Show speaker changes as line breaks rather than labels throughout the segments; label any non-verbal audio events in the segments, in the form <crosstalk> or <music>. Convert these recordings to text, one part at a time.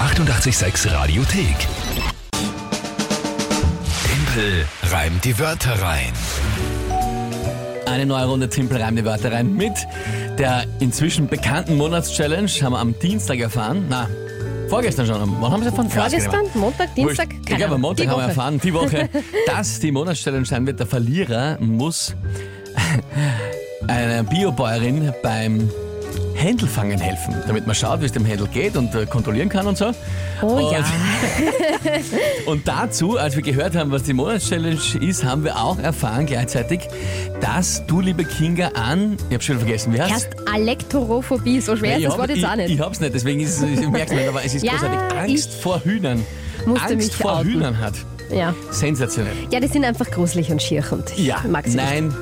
886 Radiothek. Tempel reimt die Wörter rein.
Eine neue Runde Timpel reim die Wörter rein mit der inzwischen bekannten Monatschallenge haben wir am Dienstag erfahren. Na, vorgestern schon. Wann haben Sie von
Vorgestern, Montag, Dienstag,
Wurscht. Ich
keine
glaube, am
Ahnung.
Montag
Die
haben wir
Woche.
erfahren, die
<laughs>
Woche, dass die Monatschallenge sein wird. Der Verlierer muss <laughs> einer Biobäuerin beim Händelfangen helfen, damit man schaut, wie es dem Händel geht und äh, kontrollieren kann und so.
Oh
und,
ja.
<laughs> und dazu, als wir gehört haben, was die Monatschallenge ist, haben wir auch erfahren gleichzeitig, dass du, liebe Kinga, an, ich habe schon vergessen, wie heißt
Erst Alektorophobie, so schwer ist
ich
das
hab-
Wort jetzt
ich,
auch
Ich
nicht.
hab's nicht, deswegen ist es, ich merk's nicht, aber es ist
Ja,
großartig. Angst vor Hühnern.
musste
Angst
mich
vor
outen.
Hühnern hat.
Ja.
Sensationell.
ja, die sind einfach gruselig und schier und ich
Ja,
mag sie nicht.
nein.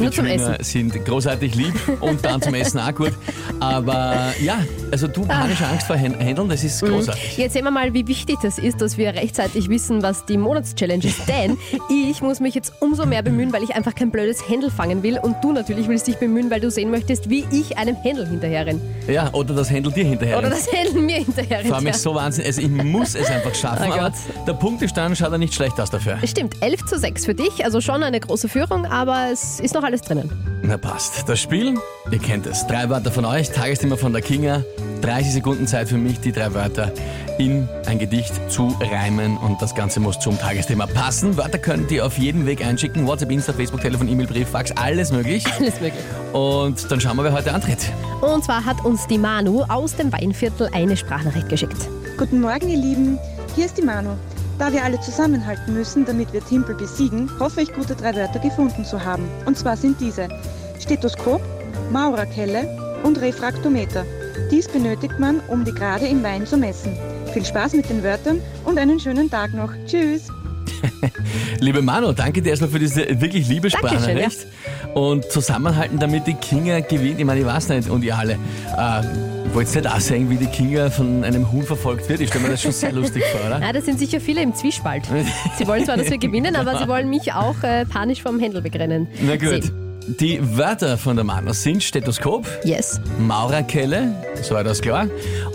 Nur zum
Wildhühner sind großartig lieb und dann zum Essen auch gut. Aber ja, also du
Ah.
panische Angst vor Hän- Händeln, das
Mhm.
ist großartig.
Jetzt sehen wir mal, wie wichtig das ist, dass wir rechtzeitig wissen, was die Monatschallenge
<laughs>
ist. Denn ich muss mich jetzt umso mehr bemühen, weil ich einfach kein blödes Händel fangen will. Und du natürlich willst dich bemühen, weil du sehen möchtest, wie ich einem Händel hinterherrenne.
Ja, oder das Händel dir hinterher.
Oder das Händel mir hinterherrennt.
Äh. vor allem ist so wahnsinnig, also ich muss es
<laughs>
einfach schaffen.
Oh
aber
Gott.
der Punktestand schaut ja nicht schlecht aus dafür.
Stimmt, 11 zu 6 für dich, also schon eine große Führung, aber es ist noch alles drinnen. <laughs>
Na passt. Das Spiel, ihr kennt es. Drei Wörter von euch, Tagesthema von der Kinga. 30 Sekunden Zeit für mich, die drei Wörter in ein Gedicht zu reimen. Und das Ganze muss zum Tagesthema passen. Wörter könnt ihr auf jeden Weg einschicken. WhatsApp, Insta, Facebook, Telefon, E-Mail, Brief, Fax, alles möglich.
Alles möglich.
Und dann schauen wir, wer heute antritt.
Und zwar hat uns die Manu aus dem Weinviertel eine Sprachnachricht geschickt.
Guten Morgen, ihr Lieben. Hier ist die Manu. Da wir alle zusammenhalten müssen, damit wir Timpel besiegen, hoffe ich, gute drei Wörter gefunden zu haben. Und zwar sind diese Stethoskop, Maurerkelle und Refraktometer. Dies benötigt man, um die Grade im Wein zu messen. Viel Spaß mit den Wörtern und einen schönen Tag noch. Tschüss!
Liebe Manu, danke dir erstmal für diese wirklich liebe
Dankeschön,
Sprachnachricht. Und zusammenhalten, damit die Kinga gewinnt. Ich meine, ich weiß nicht, und ihr alle, äh, wollt nicht auch sehen, wie die Kinga von einem Huhn verfolgt wird? Ich stelle mir das schon sehr lustig vor, oder?
<laughs> Ah, da sind sicher viele
<laughs>
im Zwiespalt. Sie wollen zwar, dass wir gewinnen, aber sie wollen mich auch äh, panisch vom Händel begrennen.
Na gut.
Sie,
Die Wörter von der Manu sind Stethoskop,
yes.
Maurerkelle, so war das klar,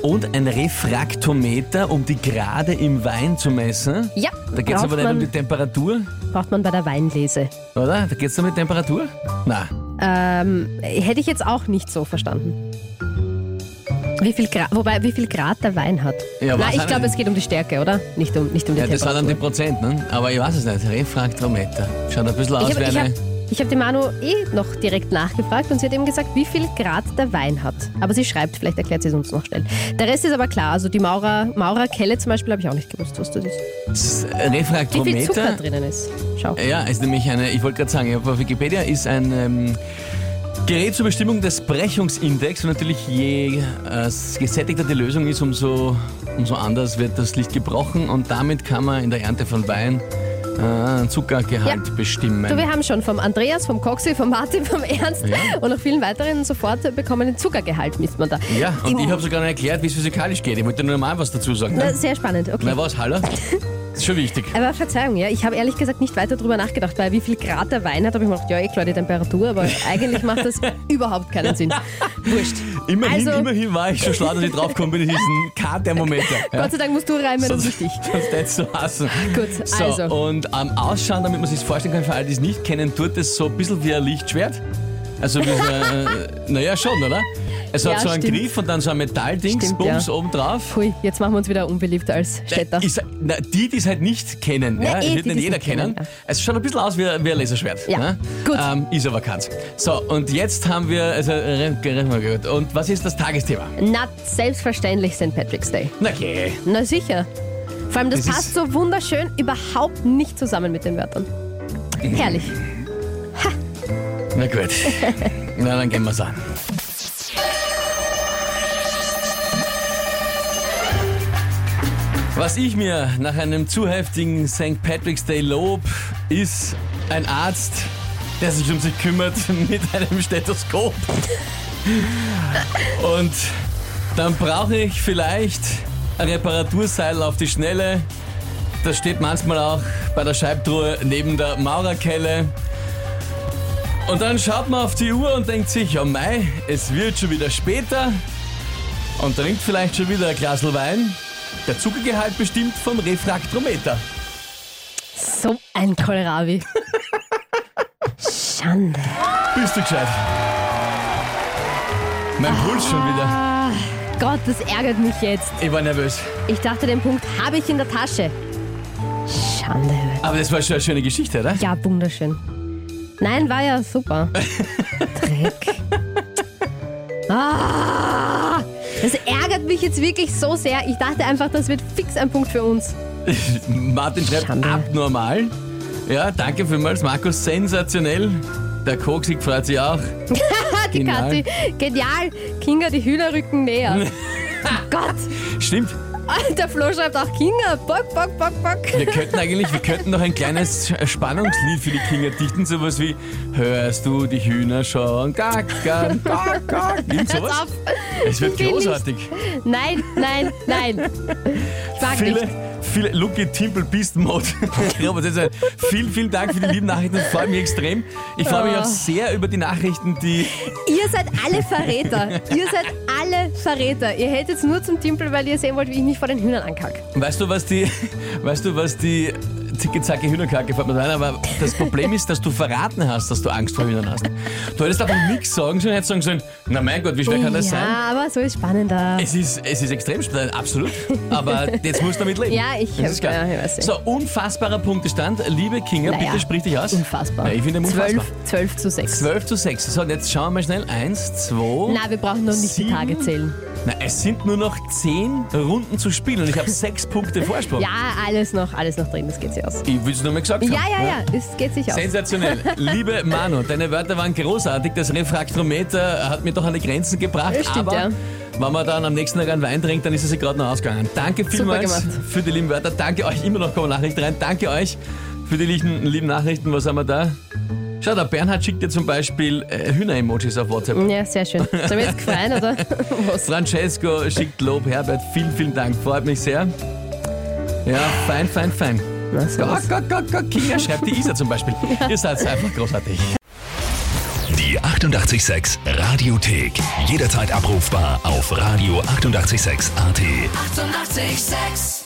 und ein Refraktometer, um die Grade im Wein zu messen.
Ja,
Da geht es
braucht
aber nicht um
man-
die Temperatur,
Braucht man bei der Weinlese.
oder? Da geht es um die Temperatur? Na,
Ähm, hätte ich jetzt auch nicht so verstanden. Wie viel Grad, wobei, wie viel Grad der Wein hat?
Ja,
Nein,
weiß
ich
auch
glaube,
nicht.
es geht um die Stärke, oder? Nicht um, nicht um die
ja, das war dann die
Temperatur.
Prozent, ne? Aber ich weiß es nicht. Refraktometer. Schaut ein bisschen aus
ich
wie
habe ich hab,
eine.
ich hab die Manu eh noch direkt nachgefragt und sie hat eben gesagt, wie viel Grad der Wein hat. Aber sie schreibt, vielleicht erklärt sie es uns noch schnell. Der Rest ist aber klar. Also die Maurer, Maurerkelle zum Beispiel habe ich auch nicht gewusst, was das ist.
S-
Wie viel Zucker
Refraktometer.
drinnen ist. Schau.
Ja, ist nämlich eine, ich wollte gerade sagen, ich hab auf Wikipedia ist ein ähm, Gerät zur Bestimmung des Brechungsindex und natürlich je äh, gesättigter die Lösung ist, umso, umso anders wird das Licht gebrochen und damit kann man in der Ernte von Wein äh, Zuckergehalt bestimmen.
So, wir haben schon vom Andreas, vom Coxy, vom Martin, vom Ernst
Ja.
und noch vielen weiteren sofort bekommen den Zuckergehalt, misst man da.
ja, und ich habe sogar noch erklärt, wie es physikalisch geht. Ich wollte nur mal was dazu sagen.
Na,
Ne?
sehr spannend, okay.
Na was,
<laughs>
hallo? Ist schon wichtig.
Aber Verzeihung, ja, ich habe ehrlich gesagt nicht weiter drüber nachgedacht, weil wie viel Grad der Wein hat, habe ich mir gedacht, ja, eh klar, die Temperatur,
<laughs>
aber eigentlich macht das überhaupt keinen Sinn. Wurscht.
Immerhin,
also,
immerhin war ich schon schlau, dass ich draufgekommen bin, das ist ein K-Thermometer. Ja.
<laughs> Gott sei Dank musst du reimen und nicht ich.
<laughs> Sonst hättest du hassen.
Gut,
so,
also.
Und am Ausschauen, damit man sich vorstellen kann, für alle, die es nicht kennen, tut es so ein bisschen wie ein Lichtschwert. Also, wie so, äh,
<laughs>
naja, schon, oder? Es
Ja,
hat so einen
stimmt.
Griff und dann so ein Metalldings,
Stimmt,
Bums,
ja.
oben drauf.
Hui, jetzt machen wir uns wieder unbeliebter als Städter.
Ich sag- na, die, die es halt nicht kennen,
Na,
ja,
eh,
wird
die,
nicht
die's
jeder
nicht kennen,
kennen. Es schaut ein bisschen aus wie, ein- wie ein Laserschwert.
Ja,
ne?
gut.
Ähm, ist aber keins. So, und jetzt haben wir, also, äh, gut. Und was ist das Tagesthema?
Na, selbstverständlich St. Patrick's Day.
Na, okay.
Na sicher. Vor allem, das,
Das ist-
passt so wunderschön überhaupt nicht zusammen mit den Wörtern. Herrlich.
Na gut. Na, dann gehen wir's an. Was ich mir nach einem zu heftigen St. Patrick's Day Lob ist ein Arzt, der sich um sich kümmert <laughs> mit einem Stethoskop. Und dann brauche ich vielleicht ein Reparaturseil auf die Schnelle. Das steht manchmal auch bei der Scheibtruhe neben der Maurerkelle. Und dann schaut man auf die Uhr und denkt sich, oh Mai, es wird schon wieder später und trinkt vielleicht schon wieder ein Glas Wein Der Zuckergehalt bestimmt vom Refraktometer.
So ein Kohlrabi. Schande.
Bist du gescheit? Mein Puls schon wieder.
Gott, das ärgert mich jetzt.
Ich war nervös.
Ich dachte, den Punkt habe ich in der Tasche. Schande.
Aber das war schon eine schöne Geschichte, oder? <laughs>
Ja, wunderschön. Nein, war ja super. Dreck. Ah, das ärgert mich jetzt wirklich so sehr. Ich dachte einfach, das wird fix ein Punkt für uns.
Martin schreibt
Schande.
abnormal. Ja, danke vielmals, Markus. Sensationell. Der Koksig freut sich auch.
Ah, Die
Genial.
Kathi, genial. Kinga, die Hühner rücken näher. Oh Gott.
Stimmt.
Der Flo schreibt auch Kinga. Bock, bock, bock, bock.
Wir könnten eigentlich, wir könnten noch ein kleines Spannungslied für die Kinder dichten, sowas wie Hörst du die Hühner schon? Gackern,
<laughs>
gackern. Irgend
Hört
sowas.
auf.
Es wird
Ich will
großartig.
Nein, nein, nein. Ich mag
Viele,
nicht.
viele, look at Timple Beast Mode. <laughs> Robert, das ist ein- vielen, vielen Dank für die lieben Nachrichten. Das freut mich extrem. Ich freue mich
Ah.
auch sehr über die Nachrichten, die
Ihr seid alle Verräter. ihr seid alle Verräter. Ihr hält jetzt nur zum Timpel, weil ihr sehen wollt, wie ich mich vor den Hühnern ankack.
Weißt du, was die, weißt du, was die Zicke-Zacke Hühnerkacke fällt mir rein, aber das Problem ist, dass du verraten hast, dass du Angst vor Hühnern hast. Du hättest aber nichts sagen sollen, hättest sagen sollen, na mein Gott, wie schwer kann das
ja,
sein?
aber so ist spannender.
Es ist, es ist extrem spannend, absolut.
<laughs>
Aber jetzt musst du damit leben.
Ja, ich-
das ist klar.
ja, ich weiß nicht.
So, unfassbarer Punktestand. Liebe Kinga,
Naja,
bitte sprich dich aus.
Unfassbar.
Ja, ich finde ihn unfassbar.
12, 12 zu 6.
12 zu 6. So, und jetzt schauen wir mal schnell. Eins, zwei.
Na, wir brauchen noch nicht
sieben.
die Tage zählen.
Na, es sind nur noch zehn Runden zu spielen und ich
<laughs>
habe sechs Punkte Vorsprung.
Ja, alles noch, alles noch drin, das geht sich aus.
Ich will es nur mal gesagt
Ja,
haben.
ja, ja, es geht sich aus.
Sensationell. Liebe Manu, deine Wörter waren großartig. Das Refraktometer hat mir doch an die Grenzen gebracht.
Das stimmt,
aber
ja.
wenn man dann am nächsten Tag einen Wein trinkt, dann ist es ja gerade noch ausgegangen. Danke vielmals
gemacht.
für die lieben Wörter. Danke euch. Immer noch kommen Nachrichten rein. Danke euch für die lieben, lieben Nachrichten. Was haben wir da? Schau, der Bernhard schickt dir zum Beispiel äh, Hühner-Emojis auf WhatsApp.
Ja, sehr schön. Sollen wir jetzt gefallen, oder? <laughs> Was?
Francesco schickt Lob. Herbert, vielen, vielen Dank. Freut mich sehr. Ja, fein, fein, fein.
Na,
Gott,
sowas.
Gott, Gott, Gott. Kinga schreibt die Isa zum
<laughs>
Beispiel. Ihr seid einfach großartig.
Die 886 Radiothek. Jederzeit abrufbar auf radio886.at. 886! 886.
886